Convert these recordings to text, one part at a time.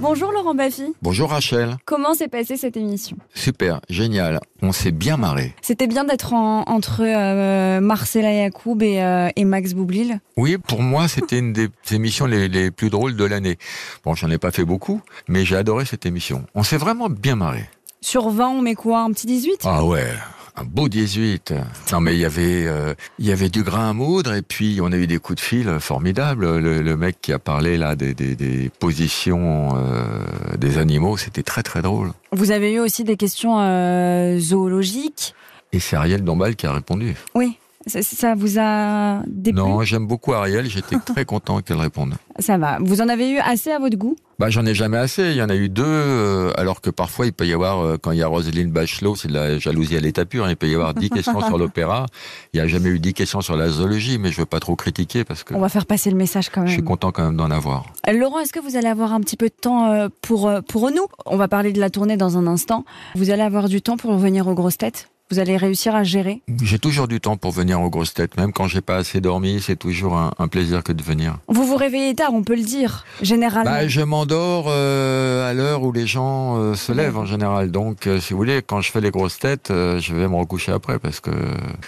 Bonjour Laurent Baffy, Bonjour Rachel. comment s'est passée cette émission Super, génial. On s'est bien marré. C'était bien d'être en- entre euh, Marcella Yacoub et, euh, et Max Boublil. Oui, pour moi, c'était une des émissions les, les plus drôles de l'année. Bon, j'en ai pas fait beaucoup, mais j'ai adoré cette émission. On s'est vraiment bien marré. Sur 20, on met quoi Un petit 18 Ah ouais. Un beau 18. Non mais il y avait euh, il y avait du grain à moudre et puis on a eu des coups de fil formidables. Le, le mec qui a parlé là des, des, des positions euh, des animaux, c'était très très drôle. Vous avez eu aussi des questions euh, zoologiques. Et c'est Ariel Dombal qui a répondu. Oui, ça, ça vous a déplu Non, j'aime beaucoup Ariel. J'étais très content qu'elle réponde. Ça va. Vous en avez eu assez à votre goût Bah, j'en ai jamais assez. Il y en a eu deux, euh, alors que parfois il peut y avoir, euh, quand il y a Roselyne Bachelot, c'est de la jalousie à l'état pur. hein, il peut y avoir dix questions sur l'opéra. Il n'y a jamais eu dix questions sur la zoologie, mais je veux pas trop critiquer parce que On va faire passer le message quand Euh, je suis même. Euh, content quand même d'en avoir. Laurent, est-ce que vous allez avoir un petit peu de temps euh, pour, euh, pour nous On va parler de la tournée dans un instant. Vous allez avoir du temps pour revenir aux grosses têtes Vous allez réussir à gérer J'ai toujours du temps pour venir aux grosses têtes, même quand j'ai pas assez dormi. C'est toujours un, un plaisir que de venir. Vous vous réveillez tard, on peut le dire, généralement. Bah, je m'endors euh, à l'heure où les gens euh, se lèvent en général. Donc, euh, si vous voulez, quand je fais les grosses têtes, euh, je vais me recoucher après parce que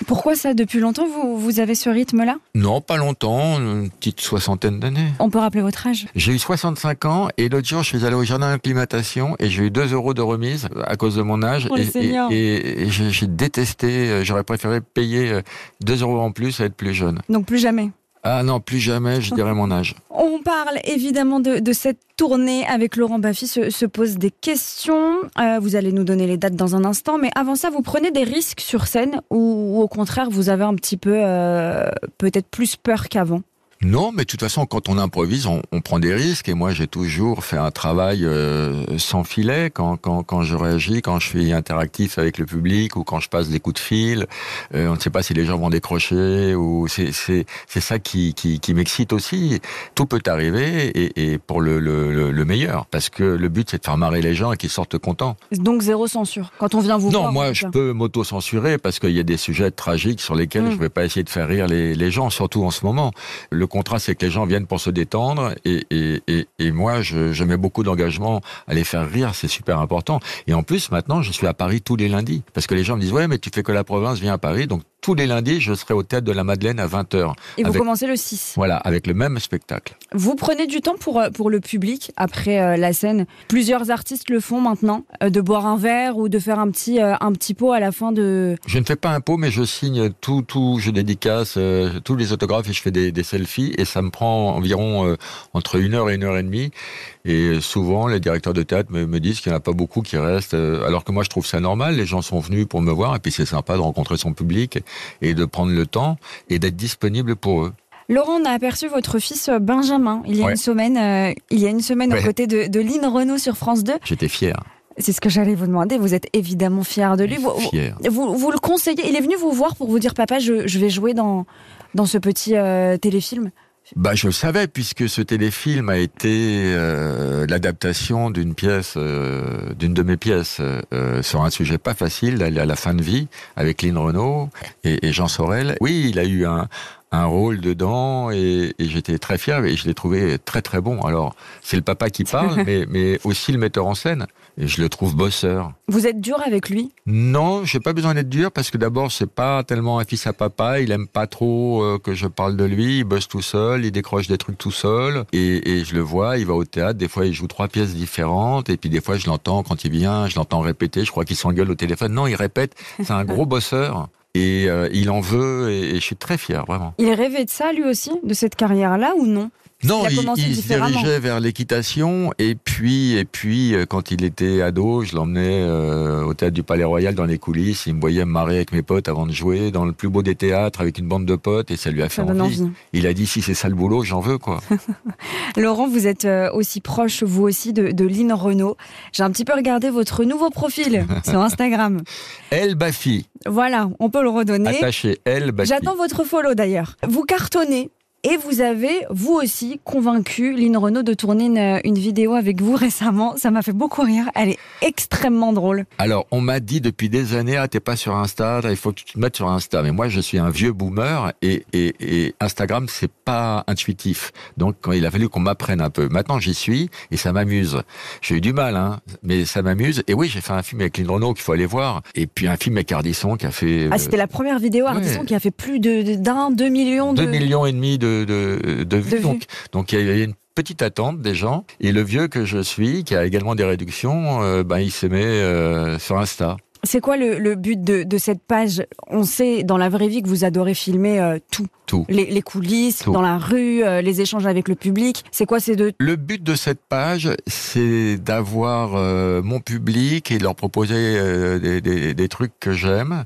Pourquoi ça Depuis longtemps, vous, vous avez ce rythme-là non, pas longtemps, une petite soixantaine d'années. On peut rappeler votre âge J'ai eu 65 ans et l'autre jour, je suis allé au jardin d'acclimatation et j'ai eu 2 euros de remise à cause de mon âge. Oh, le et Seigneur. et, et- et j'ai j'ai détesté, euh, j'aurais préféré payer euh, 2 euros en plus à être plus jeune. Donc plus jamais. Ah non, plus jamais, je dirais mon âge. On parle évidemment de, de cette tournée avec Laurent Baffy, se, se pose des questions. Euh, vous allez nous donner les dates dans un instant, mais avant ça, vous prenez des risques sur scène ou, ou au contraire, vous avez un petit peu euh, peut-être plus peur qu'avant Non, mais de toute façon, quand on improvise, on, on prend des risques. Et moi, j'ai toujours fait un travail euh, sans filet quand, quand, quand je réagis, quand je suis interactif avec le public ou quand je passe des coups de fil. Euh, on ne sait pas si les gens vont décrocher. ou C'est c'est- c'est ça qui, qui, qui m'excite aussi. Tout peut arriver et, et pour le, le, le- le meilleur. Parce que le but, c'est de faire marrer les gens et qu'ils sortent contents. Donc zéro censure. Quand on vient vous voir. non, moi, en je tout cas. peux m'auto-censurer parce qu'il y a des sujets tragiques sur lesquels Mm. je ne vais pas essayer de faire rire les, les gens, surtout en ce moment. Le contrat, c'est que les gens viennent pour se détendre et, et, et, et moi, je, je mets beaucoup d'engagement à les faire rire, c'est super important. Et en plus, maintenant, je suis à Paris tous les lundis parce que les gens me disent Ouais, mais tu fais que la province, viens à Paris. Donc, tous les lundis, je serai au théâtre de la Madeleine à 20h. Et vous avec- commencez le 6. Voilà, avec le même spectacle. Vous prenez du temps pour, euh, pour le public après euh, la scène. Plusieurs artistes le font maintenant, euh, de boire un verre ou de faire un petit, euh, un petit pot à la fin de... Je ne fais pas un pot, mais je signe tout, tout, je dédicace euh, tous les autographes et je fais des, des selfies et ça me prend environ euh, entre une heure et une heure et demie. Et euh, souvent, les directeurs de théâtre me, me disent qu'il n'y en a pas beaucoup qui restent, euh, alors que moi je trouve ça normal. Les gens sont venus pour me voir et puis c'est sympa de rencontrer son public et de prendre le temps et d'être disponible pour eux. Laurent, on a aperçu votre fils euh, Benjamin il y a Ouais. une semaine, euh, il y a une semaine aux Ouais. côtés de, de Lynn Renault sur France 2. J'étais fier, C'est ce que j'allais vous demander, vous êtes évidemment fier de lui. Vous, vous- fier. vous, vous le conseillez, il est venu vous voir pour vous dire papa je, je vais jouer dans, dans ce petit euh, téléfilm. Bah, je le savais puisque ce téléfilm a été euh, l'adaptation d'une pièce, euh, d'une de mes pièces euh, euh, sur un sujet pas facile, d'aller à la fin de vie avec Lynn Renault et, et Jean Sorel. Oui, il a eu un, un rôle dedans et, et j'étais très fier et je l'ai trouvé très très bon. Alors c'est le papa qui parle, mais, mais aussi le metteur en scène et je le trouve bosseur. Vous êtes dur avec lui Non, j'ai pas besoin d'être dur parce que d'abord c'est pas tellement un fils à papa, il aime pas trop euh, que je parle de lui, il bosse tout seul, il décroche des trucs tout seul et, et je le vois, il va au théâtre, des fois il joue trois pièces différentes et puis des fois je l'entends quand il vient, je l'entends répéter, je crois qu'il s'engueule au téléphone. Non, il répète, c'est un gros bosseur et euh, il en veut et, et je suis très fier vraiment. Il rêvait de ça lui aussi, de cette carrière-là ou non Non, Il a il, commencé il se différemment. dirigeait vers l'équitation et puis et puis euh, quand il était ado, je l'emmenais euh, au théâtre du Palais Royal dans les coulisses. Il me voyait me marrer avec mes potes avant de jouer dans le plus beau des théâtres avec une bande de potes et ça lui a fait Ça donne envie. envie. Il a dit si c'est ça le boulot, j'en veux quoi. Laurent, vous êtes euh, aussi proche, vous aussi, de, de Lynn Renault. J'ai un petit peu regardé votre nouveau profil sur Instagram. El Bafi, Voilà, on peut le redonner. attaché El Bafi. J'attends votre follow d'ailleurs. Vous cartonnez Et vous avez, vous aussi, convaincu Lynn Renault de tourner une, une vidéo avec vous récemment. Ça m'a fait beaucoup rire. Elle est extrêmement drôle. Alors, on m'a dit depuis des années, ah, t'es pas sur Insta, il faut que tu te mettes sur Insta. Mais moi, je suis un vieux boomer et, et, et Instagram, c'est pas intuitif. Donc, quand il a fallu qu'on m'apprenne un peu. Maintenant, j'y suis et ça m'amuse. J'ai eu du mal, hein, mais ça m'amuse. Et oui, j'ai fait un film avec Lynn Renault qu'il faut aller voir. Et puis, un film avec Ardisson qui a fait... Ah, c'était la première vidéo Ardisson qui a fait plus de- de- d'un, deux millions de... 2 euh, millions et demi de, de, de vues. vues. Donc, donc il y avait une petite attente des gens. Et le vieux que je suis, qui a également des réductions, euh, ben, il se met euh, sur Insta. C'est quoi le, le but de, de cette page On sait dans la vraie vie que vous adorez filmer euh, tout. Tout. Les, les coulisses, Tout. dans la rue, euh, les échanges avec le public. C'est quoi ces deux Le but de cette page, c'est d'avoir euh, mon public et de leur proposer euh, des, des- des trucs que j'aime.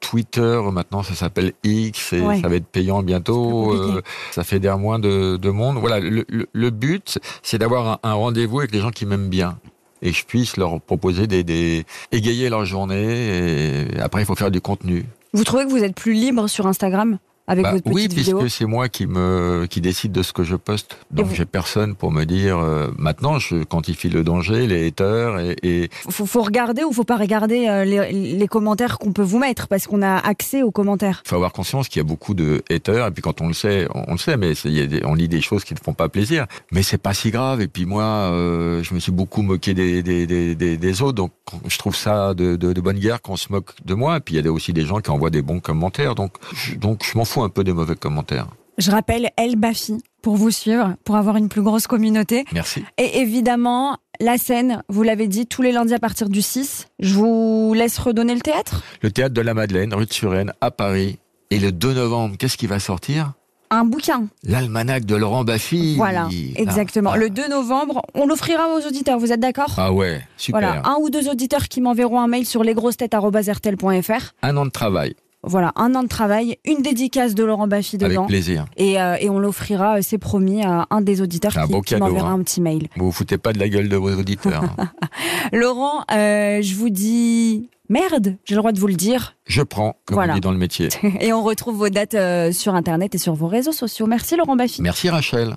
Twitter, maintenant, ça s'appelle X et Ouais. ça va être payant bientôt. C'est compliqué. Euh, ça fait d'air moins de, de monde. Voilà, le, le- le but, c'est d'avoir un, un rendez-vous avec les gens qui m'aiment bien et que je puisse leur proposer des, des égayer leur journée. Et après, il faut faire du contenu. Vous trouvez que vous êtes plus libre sur Instagram avec Bah votre oui, petite vidéo puisque c'est moi qui me qui décide de ce que je poste. Donc vous- j'ai personne pour me dire euh, maintenant je quantifie le danger, les haters et, et faut, faut regarder ou faut pas regarder euh, les, les commentaires qu'on peut vous mettre parce qu'on a accès aux commentaires. faut avoir conscience qu'il y a beaucoup de haters et puis quand on le sait, on, on le sait mais c'est- il y a des- on lit des choses qui ne font pas plaisir. Mais c'est pas si grave et puis moi euh, je me suis beaucoup moqué des des, des, des- des autres donc je trouve ça de, de, de bonne guerre qu'on se moque de moi et puis il y a aussi des gens qui envoient des bons commentaires donc je- donc je m'en fous un peu des mauvais commentaires. Je rappelle El Bafi pour vous suivre, pour avoir une plus grosse communauté. Merci. Et évidemment, la scène, vous l'avez dit, tous les lundis à partir du 6. Je vous laisse redonner le théâtre. Le théâtre de la Madeleine, rue de Suresnes, à Paris. Et le 2 novembre, qu'est-ce qui va sortir Un bouquin. L'almanach de Laurent Baffy. Voilà, exactement. Ah, Le 2 novembre, on l'offrira aux auditeurs, vous êtes d'accord ah ouais, super. Voilà, un ou deux auditeurs qui m'enverront un mail sur lesgrossetêtes.fr. Un an de travail, Voilà, un an de travail, une dédicace de Laurent Baffy dedans. avec plaisir. Et, euh, et on l'offrira, euh, c'est promis, à un des auditeurs C'est un qui, beau qui cadeau, m'enverra hein. un petit mail. Vous vous foutez pas de la gueule de vos auditeurs. hein. Laurent, euh, je vous dis merde, j'ai le droit de vous le dire. Je prends, comme Voilà. on dit dans le métier. Et on retrouve vos dates euh, sur Internet et sur vos réseaux sociaux. Merci Laurent Baffy. Merci Rachel.